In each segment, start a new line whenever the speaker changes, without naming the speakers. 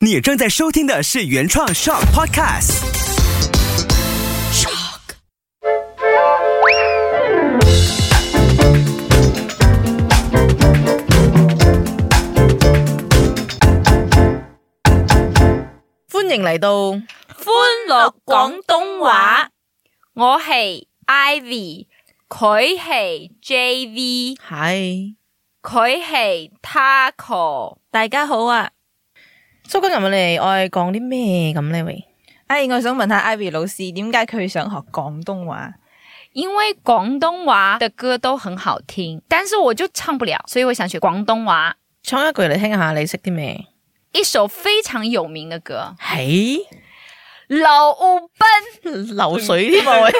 你正在收听的是原创 Shock Podcast。
欢迎嚟到，
欢乐广东话，我系 Ivy，佢系 JV，
系
佢系 Taco。大家好啊！
苏今日我哋我哋讲啲咩咁呢？喂，
哎，我想問下 Ivy 老師，點解佢想學廣東話？
因为广东话的歌都很好听，但是我就唱不了，所以我想学广东话。
唱一句嚟听下，你识啲咩？
一首非常有名的歌
系
《老五奔
流水添 啊！喂，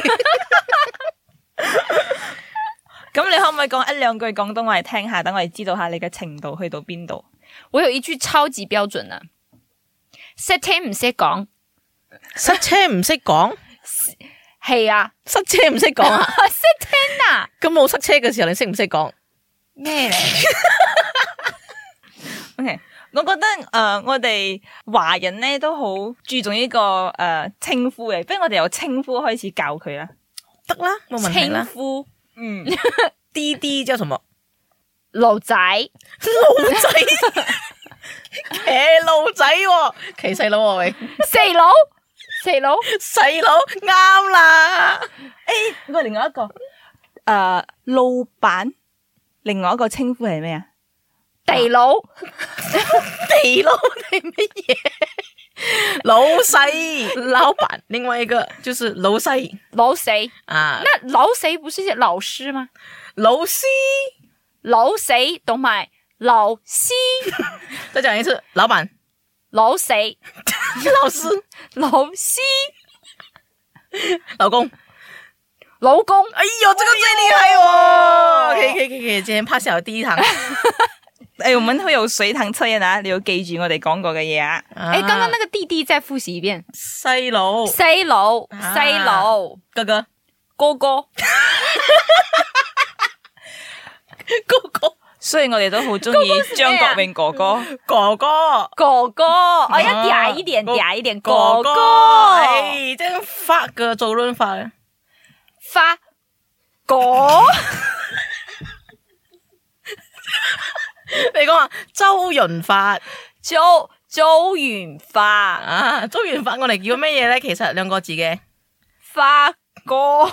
咁你可唔可以講一兩句廣東話嚟聽下，等我哋知道下你嘅程度去到邊度？》，
我有一句超级标准啊，识听唔识讲，
塞车唔识讲，
系 啊，
塞车唔识讲 啊！
识听啊，
咁冇塞车嘅时候，你识唔识讲？
咩嚟？
OK，我覺得诶、呃我哋華人咧都好注重呢、個个呃稱呼嘅，不如我哋由稱呼開始教佢啦。
得啦，冇问题
称
啦。
呼
嗯，
D D 之后同学，
老仔，
路 仔，骑路仔喎，骑细佬喎，喂，
四佬，四佬。
细佬啱啦。
我另外一個诶、呃老闆，另外一個稱呼係咩啊？
地佬、
地佬你乜嘢？老细、老板，另外一个就是老细
老谁？
啊，
那老谁不是老师吗？
老师。
老谁懂吗？老西、
再讲一次，老板、
老谁、
老师、
老西、
老公。
老公、
哎呦，这个最厉害哦！可以可以可以可以，今天 pass 掉第一堂。
诶、哎我们会有水塘测验啊，你要記住我哋講過嘅嘢啊。
哎，
哎
刚刚那个弟弟再复习一遍。
细佬
西楼、
哦啊
西楼、
哥哥
哥哥、
哥哥
雖然我哋都好中意張
咩啊
國榮哥哥。
哥哥
哥哥，哦，要嗲一点，
哥
嗲一点，
哥
哥
哥
哥。，
哎，这样发哥周润发，
发果，
你讲啊，周润发。
周周允发，
啊，周潤發我哋叫咩嘢咧？其實兩個字嘅，
发哥，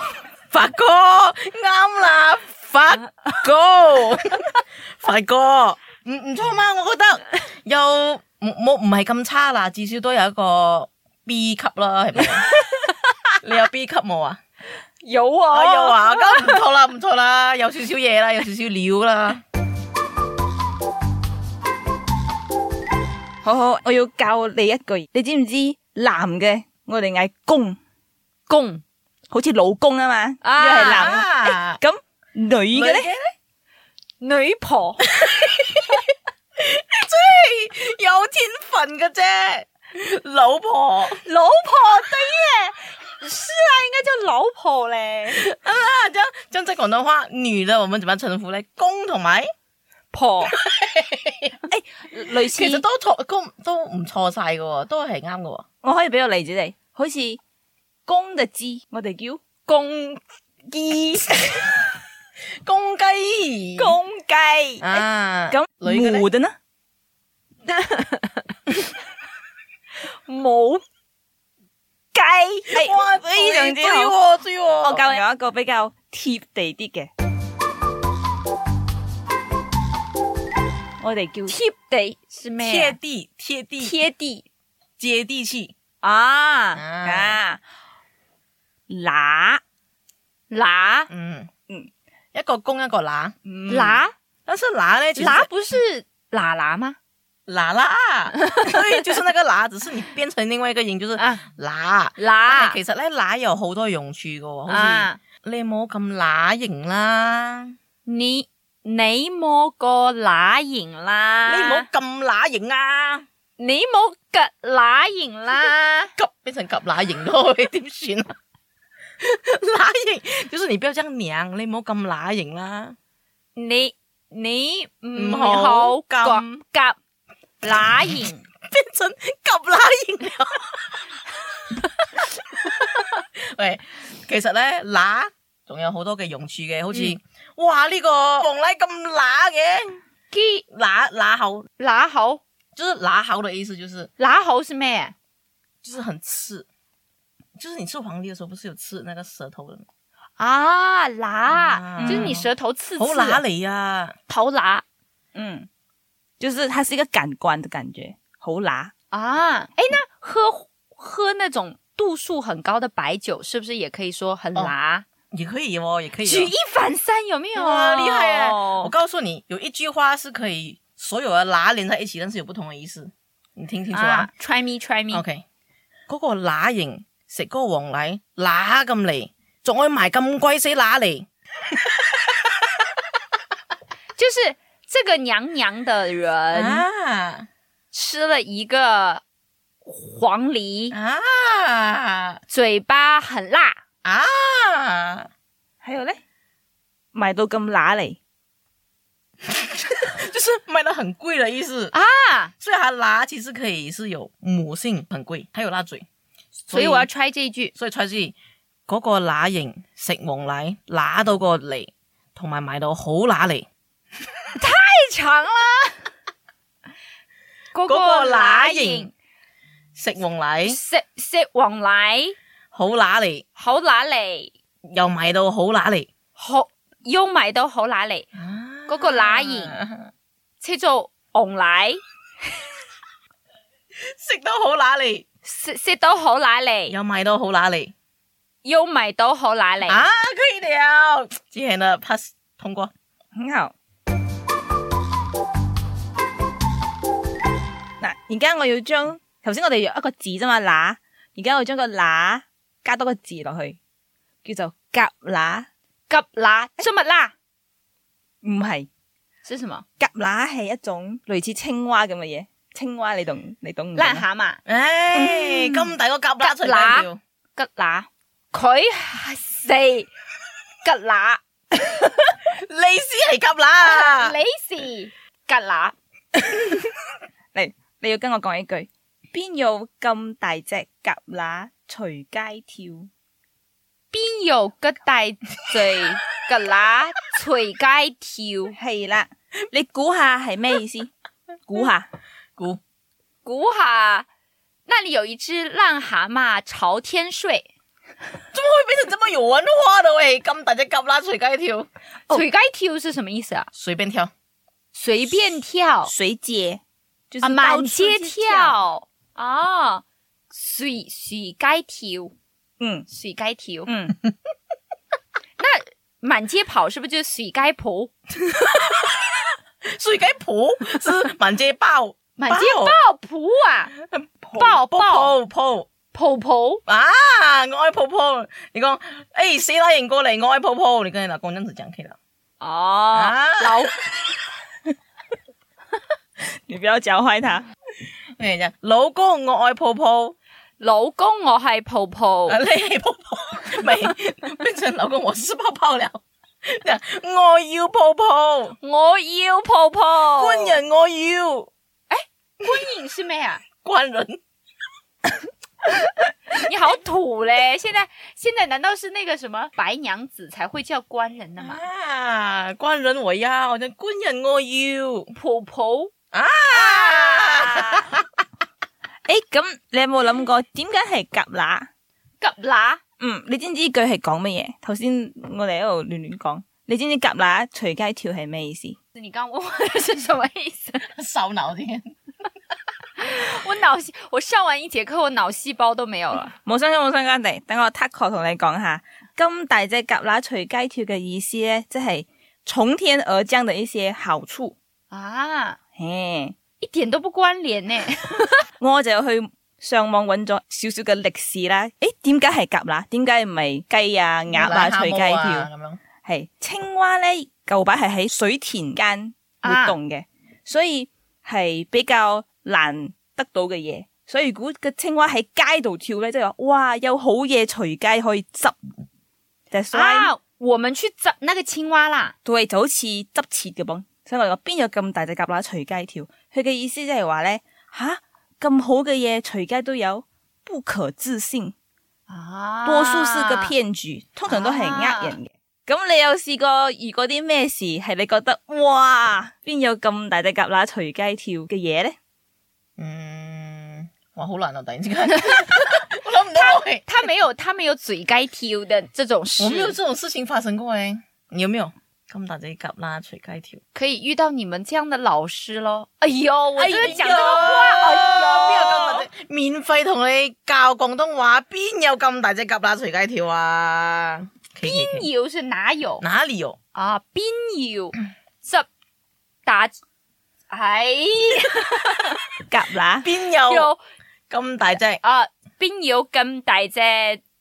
發哥啱啦，發哥，發哥， 唔唔錯嘛，我覺得又冇冇唔係咁差啦，至少都有一個 B 級啦， 係咪？你有 B 級冇啊？
有
我
我
有啊，咁唔錯啦，唔錯啦，有少少嘢啦，有少少料啦。
好好，我要教你一句，你知唔知男嘅我哋嗌公，
公。
好似老公啊嘛，
啊
因為係男。
啊，
咁女
女
嘅咧，
女婆、
有天分嘅啫，啊老婆。
老婆，对耶，是啊，应该叫老婆嘞，
啊，这样这样在广东话，女的我们怎么样称呼呢？公同埋，
婆，类似
其實都錯，公都唔錯晒嘅喎，都係啱嘅喎。
我可以俾個例子你，好似公嘅字，我哋叫
公
雞
公雞，
公雞。
啊，
咁
女嘅呢
母嘅呢？
母
雞，
哇，
哎非
非常
常
之
之好。
好，追喎，
我
我
教你有一個比較貼地啲嘅，我哋叫
贴地是咩
贴
啊？
地贴地
贴地
接地氣
啊，
啊，
啊乸
乸
嗯嗯
嗯，
一個公一個乸，
乸
但是乸呢，其實
乸不是喇喇吗？
喇喇，對，就是那個乸，只是你變成另外一個音，就是
啊，
乸。但係
乸
其實咧，乸有好多用處嘅喎，好
啊，
似你冇咁乸型啦。
你你冇個乸型啦，
你唔好咁乸型啊！
你冇嘅乸型 啦，
急变成急乸型咯，你点算啊？ 乸型，就是你不要这样娘，你唔好咁乸型啦。
你你唔
唔好
好咁夾乸型。
变成急 其實咧乸仲有好多嘅用處嘅，好似、哇呢、個鳳梨咁乸嘅
鸡
乸乸喉，
拿喉，
就是乸喉的意思，就是
拿喉是咩？
就是很刺，就是你吃皇帝的時候不是有刺那個舌頭的嗎，
啊，拿
嗯
就是你舌头刺
好
刺
乸
的，
嚟啊！
头拿
嗯，就是它是一个感官的感觉，好辣。
啊。哎，那喝喝那种度数很高的白酒，是不是也可以说很拿？
也可以哦，也可以、
举
哦
一。反三，有没有？
哇，啊厉害耶！我
哦！
告訴你，有一句話是可以所有的乸連在一起，但是有不同的意思。你聽清楚啊
啊，try me try me，
OK，嗰個乸型食嗰個黃梨乸咁嚟，仲可以賣咁鬼死乸嚟，
就是这个娘娘的人
啊
吃了一个黄梨，
啊
嘴巴很辣，
啊！
还有嘞，买到咁辣嚟，
就是卖得很貴的意思
啊！
所以它乸其實可以是有母性很貴，還有辣嘴，
所以我要 try 这一句。
所以蔡思怡嗰個乸型食黃梨乸到個嚟，同埋賣到好乸嚟，
太 长啦！嗰
個
個乸
乸
型
型食黃梨
食食黃梨，
好乸嚟，
好乸嚟，
又賣到好乸嚟，
好要埋到好乸嚟，嗰個乸型叫做昂奶，
食到好乸嚟，
食食到好乸嚟，
又賣到好乸嚟。
要埋到好乸嚟。
啊，可以了，今天的 pass 通过。
很好。嗱，而家我要將頭先我哋有一個字啫嘛，乸，而家我要將個乸加多個字落去，叫做夾乸，
急乸这么辣
唔係
哎是什麼？
夾乸係一種類似青蛙咁嘅嘢，青蛙你懂你懂唔懂
癞
啊？
蛤蟆，
唉，咁大个夹乸出嚟
夾乸
叫，
吉乸，佢食吉乸，
你先系夹乸，
啊你是吉乸，
嚟，你要跟我講一句，邊有咁大隻夾乸隨街跳？
邊有吉大嘴 吉乸隨街跳？
係啦，你估下係咩意思？估下。
估
估下，那里有一只癞蛤蟆朝天睡，
怎么会变成这么有文化的喂？咁大只夹乸随街跳，
水该跳是什么意思啊？
随 便跳，
随便跳
水姐，就
啊，
是到
满
处
街
去。
跳哦，水水该跳，
嗯
水该跳，
嗯，
满街跑是不是就是水该跑？
随街蒲 是满街爆，
满街爆蒲啊，爆爆
抱抱
跑跑
啊！我爱抱抱，你讲诶死乸型过嚟，我爱抱抱，你跟你老公这样子讲哎可以了。
哦
啊，
老
你不要教坏他。
跟你讲，哎老公我爱抱抱，
老公我系泡泡，
啊，你系泡泡， 咪变成老公我是泡泡了。我要泡泡，
我要泡泡。
官人我要，
官影是咩啊？
官人
你好土嘞！ 现在现在难道是那个什么白娘子才会叫官人的吗？
啊，官人我要，就官人我要
婆婆
嗯啊，
啊，
诶，咁你有冇谂过点解系夹乸？
吉乸
嗯，你知唔知呢句系讲乜嘢？头先我哋喺度乱乱讲，你知唔知夹乸随街跳系咩意思？
你刚问我的是什么意思？
啊烧脑啲，
我脑细，我上完一节课，我脑细胞都没有了。
冇相干冇相干地，等我 Taco 同你讲下，咁大只夹乸随街跳嘅意思咧，即系从天而降的一些好处。
啊，
嘿，
一点都不关联呢。
我就去上網揾咗少少嘅歷史啦。诶，點解係夾乸？點解唔係雞啊、鴨啊隨街跳？
咁样，
係青蛙咧，舊擺係喺水田間活動嘅，所以係比較難得到嘅嘢。所以如果個青蛙喺街度跳咧，即係話哇有好嘢隨街可以執。That's why
啊，我们去找那个青蛙啦。
對就好似執切嘅噃。所以我哋話邊有咁大隻夾乸隨街跳？佢嘅意思即係話咧吓咁好嘅嘢隨街都有，不可置信。
啊
多數是個騙局，通常都係呃人嘅。咁、你有試過遇過啲咩事係你覺得哇邊有咁大隻蛤乸隨街跳嘅嘢咧？
嗯，哇，好難啊！突然之 間，我諗唔到喂。
他没有，他没有嘴该挑的这种
我沒有
事，
這種事情發生過诶，你有沒有？咁大隻蛤乸隨街跳，
可以遇到你们这样的老师咯。哎呦，我就是讲这个话，
邊有咁
哎呦，
大 隻？免費同你教廣東話，邊有咁大隻蛤乸隨街跳啊？邊
邊有是哪有
哪裡有？
啊？邊有執打？哎，
蛤乸
邊有
有
咁大隻
啊，邊有咁大隻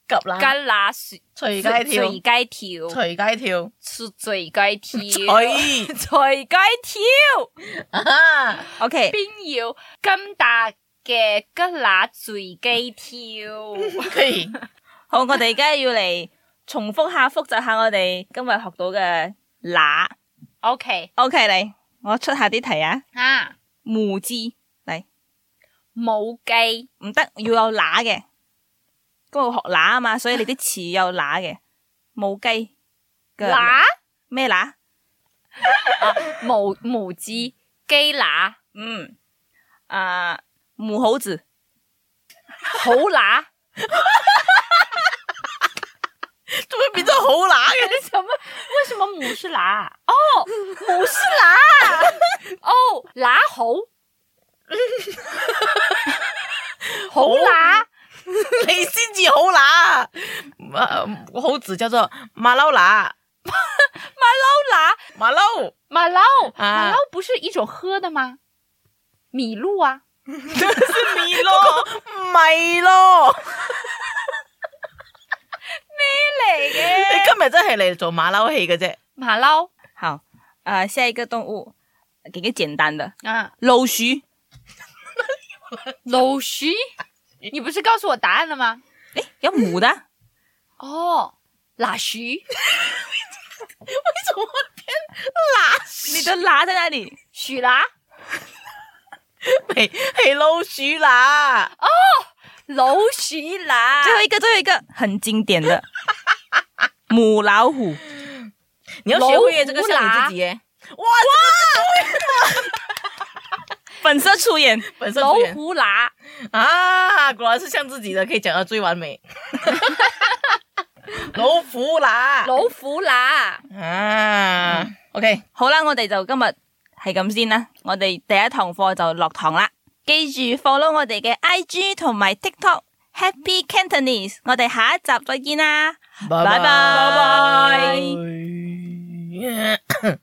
蛤乸
蛤乸隨
隨街跳？
隨街跳，
隨街跳，哎
是隨街
隨
跳，隨街跳。
啊！
，OK，
边要咁大嘅吉乸隨機跳？
嘿
好，我哋而家要嚟重複下複習下我哋今日學到嘅乸。
？OK
OK，嚟我出下啲題啊，
啊，
無知嚟
冇計
唔得，要有乸嘅，咁我學乸啊嘛，所以你啲詞有乸嘅，冇雞嘅
乸
咩乸？
無無知雞乸
嗯，啊、母猴子
好乸，
做咩變咗好乸嘅？
什么？為什麼母是乸啊？哦，母是乸啊，哦，乸 好，好乸
你先至好 乸，啊好字叫做 馬騮乸，
都乸，
馬騮。
馬騮
啊
馬騮不是一種喝的嗎？米露啊，
咪咯，咪咯，
咩嚟嘅？
你今日真係嚟做馬騮戲嘅啫。
馬騮
好，啊、下一個動物，給個簡單的，
啊。
老鼠
老鼠，你不是告诉我答案了吗？
有母的，啊
哦，哪鼠？
你的乸在哪裡？
鼠乸？
係係老鼠啦，
老鼠
啊
乸？
最後一個，最後一個，很經典的 母老虎。
你要學會這個像你自己耶。哇，
本色出演。
本身
老
不演
虎乸？
啊，果然是像自己的，可以講到最完 美。老虎啦，
老虎乸？
啊，OK，
好啦，我哋就今日係咁先啦。我哋第一堂課就落堂啦，記住 follow 我哋嘅 IG 同埋 TikTok Happy Cantonese。我哋下一集再見啦，拜拜。
拜拜。